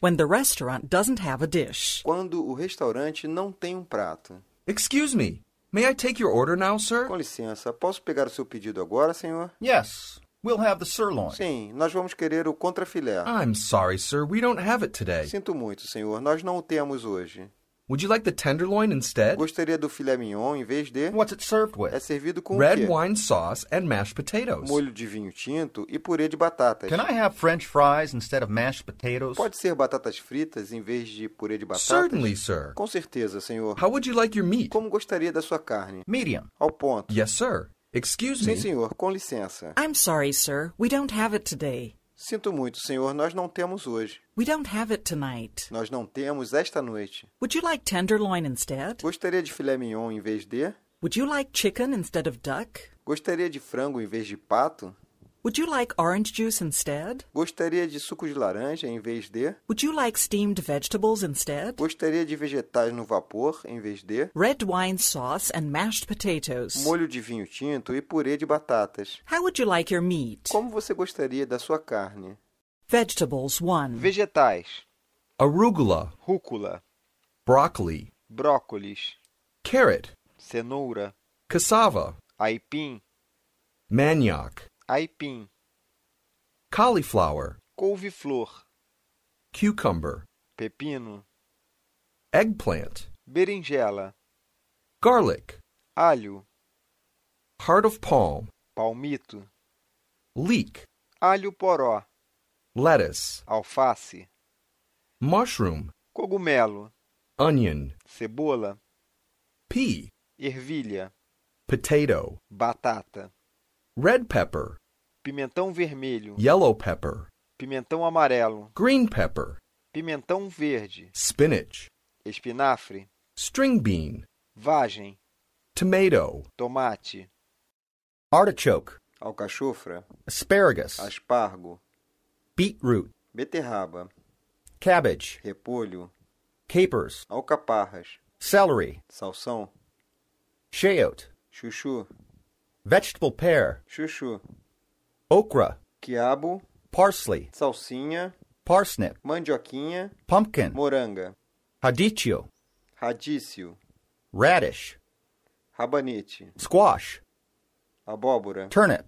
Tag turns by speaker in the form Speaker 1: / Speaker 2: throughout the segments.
Speaker 1: when the restaurant doesn't have a dish.
Speaker 2: Quando o restaurante não tem um prato.
Speaker 3: Excuse me. May I take your order now, sir?
Speaker 2: Com licença, posso pegar o seu pedido agora, senhor?
Speaker 4: Yes, we'll have the sirloin.
Speaker 2: Sim, nós vamos querer o contrafilé.
Speaker 3: I'm sorry, sir. We don't have it today.
Speaker 2: Sinto muito, senhor, nós não o temos hoje.
Speaker 3: Would you like the tenderloin instead?
Speaker 2: Gostaria do filé mignon em vez de?
Speaker 4: What's it served
Speaker 2: É
Speaker 4: with?
Speaker 2: servido com o quê?
Speaker 3: Red wine sauce and mashed potatoes.
Speaker 2: Molho de vinho tinto e purê de batatas.
Speaker 4: Can I have French fries instead of mashed potatoes?
Speaker 2: Pode ser batatas fritas em vez de purê de batatas?
Speaker 3: Certainly, sir.
Speaker 2: Com certeza, senhor.
Speaker 3: How would you like your meat?
Speaker 2: Como gostaria da sua carne?
Speaker 4: Medium.
Speaker 2: Ao ponto.
Speaker 3: Yes, sir. Excuse
Speaker 2: Sim,
Speaker 3: me.
Speaker 2: senhor, com licença.
Speaker 1: I'm sorry, sir. We don't have it today.
Speaker 2: Sinto muito, senhor, nós não temos hoje.
Speaker 1: We don't have it tonight.
Speaker 2: Nós não temos esta noite.
Speaker 1: Would you like tenderloin instead?
Speaker 2: Gostaria de filé mignon em vez de?
Speaker 1: Would you like chicken instead of duck?
Speaker 2: Gostaria de frango em vez de pato?
Speaker 1: Would you like orange juice instead?
Speaker 2: Gostaria de suco de laranja em vez de?
Speaker 1: Would you like steamed vegetables instead?
Speaker 2: Gostaria de vegetais no vapor em vez de?
Speaker 1: Red wine sauce and mashed potatoes.
Speaker 2: Molho de vinho tinto e purê de batatas.
Speaker 1: How would you like your meat?
Speaker 2: Como você gostaria da sua carne?
Speaker 1: Vegetables 1.
Speaker 2: Vegetais:
Speaker 3: Arugula,
Speaker 2: rúcula,
Speaker 3: broccoli,
Speaker 2: brócolis,
Speaker 3: carrot,
Speaker 2: cenoura,
Speaker 3: cassava,
Speaker 2: aipim,
Speaker 3: manioc,
Speaker 2: aipim,
Speaker 3: cauliflower,
Speaker 2: couve-flor,
Speaker 3: cucumber,
Speaker 2: pepino,
Speaker 3: eggplant,
Speaker 2: berinjela,
Speaker 3: garlic,
Speaker 2: alho,
Speaker 3: heart of palm,
Speaker 2: palmito,
Speaker 3: leek,
Speaker 2: alho poró,
Speaker 3: lettuce,
Speaker 2: alface,
Speaker 3: mushroom,
Speaker 2: cogumelo,
Speaker 3: onion,
Speaker 2: cebola,
Speaker 3: pea,
Speaker 2: ervilha,
Speaker 3: potato,
Speaker 2: batata,
Speaker 3: red pepper,
Speaker 2: pimentão vermelho,
Speaker 3: yellow pepper,
Speaker 2: pimentão amarelo,
Speaker 3: green pepper,
Speaker 2: pimentão verde,
Speaker 3: spinach,
Speaker 2: espinafre,
Speaker 3: string bean,
Speaker 2: vagem,
Speaker 3: tomato,
Speaker 2: tomate,
Speaker 4: Artichoke.
Speaker 2: alcachofra,
Speaker 4: Asparagus.
Speaker 2: aspargo,
Speaker 4: Beetroot.
Speaker 2: beterraba,
Speaker 4: Cabbage.
Speaker 2: repolho,
Speaker 4: Capers.
Speaker 2: alcaparras,
Speaker 4: Celery.
Speaker 2: salsão,
Speaker 4: Chayote.
Speaker 2: chuchu,
Speaker 4: Vegetable pear.
Speaker 2: chuchu,
Speaker 4: Okra.
Speaker 2: quiabo,
Speaker 4: Parsley.
Speaker 2: salsinha,
Speaker 4: Parsnip.
Speaker 2: mandioquinha,
Speaker 4: Pumpkin.
Speaker 2: moranga,
Speaker 4: Radicchio.
Speaker 2: radício,
Speaker 4: Radish.
Speaker 2: rabanete,
Speaker 4: Squash.
Speaker 2: abóbora,
Speaker 4: Turnip.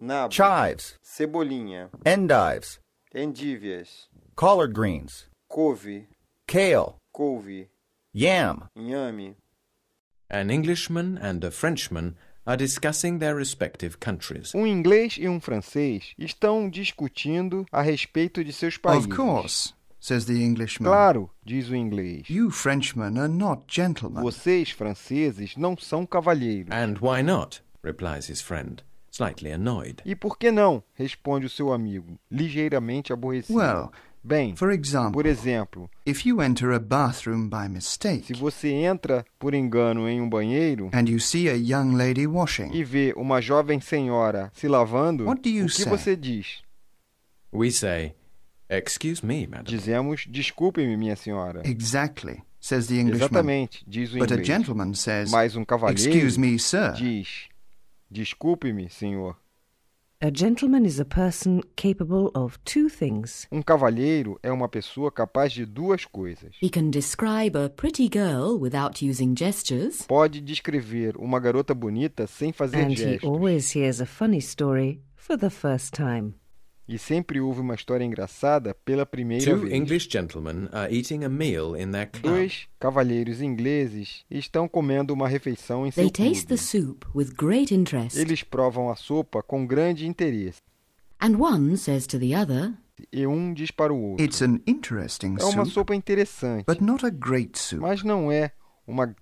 Speaker 2: nabo,
Speaker 4: Chives.
Speaker 2: cebolinha,
Speaker 4: Endives.
Speaker 2: endívias,
Speaker 4: Collard greens.
Speaker 2: couve,
Speaker 4: Kale.
Speaker 2: couve,
Speaker 4: Yam.
Speaker 2: inhame.
Speaker 5: An Englishman and a Frenchman are discussing their respective countries.
Speaker 2: Um inglês e um francês estão discutindo a respeito de seus países.
Speaker 6: Of course, says the Englishman.
Speaker 2: Claro, diz o inglês.
Speaker 6: You Frenchmen are not gentlemen.
Speaker 2: Vocês, franceses, não são cavalheiros.
Speaker 5: And why not? replies his friend, slightly annoyed.
Speaker 2: E por que não? Responde o seu amigo, ligeiramente aborrecido.
Speaker 6: Well,
Speaker 2: Bem,
Speaker 6: for example,
Speaker 2: por exemplo,
Speaker 6: if you enter a bathroom by mistake
Speaker 2: se você entra por engano em um banheiro
Speaker 6: and you see a young lady washing,
Speaker 2: e vê uma jovem senhora se lavando,
Speaker 6: What do you
Speaker 2: o que
Speaker 6: say?
Speaker 2: você diz?
Speaker 5: We say, Excuse me, madam.
Speaker 2: Dizemos, desculpe-me, minha senhora.
Speaker 6: exactly, says the Englishman.
Speaker 2: Exatamente, diz o
Speaker 6: But a
Speaker 2: inglês.
Speaker 6: gentleman says,
Speaker 2: Mas um cavalheiro
Speaker 6: Excuse me, sir.
Speaker 2: diz, desculpe-me, senhor.
Speaker 7: A gentleman is a person capable of two things.
Speaker 2: Um cavalheiro é uma pessoa capaz de duas coisas.
Speaker 8: He can describe a pretty girl without using gestures,
Speaker 2: Pode descrever uma garota bonita sem fazer
Speaker 7: and he
Speaker 2: gestos.
Speaker 7: always hears a funny story for the first time.
Speaker 2: E sempre houve uma história engraçada pela primeira
Speaker 5: Two
Speaker 2: vez.
Speaker 5: English gentlemen are eating a meal in their club.
Speaker 2: Dois cavalheiros ingleses estão comendo uma refeição em seu
Speaker 8: they taste the
Speaker 2: clube.
Speaker 8: soup with great interest,
Speaker 2: Eles provam a sopa com grande interesse
Speaker 8: and one says to the other,
Speaker 2: e um diz para o outro.
Speaker 6: It's an interesting
Speaker 2: É uma
Speaker 6: soup,
Speaker 2: sopa interessante,
Speaker 6: but not a great soup.
Speaker 2: mas não é uma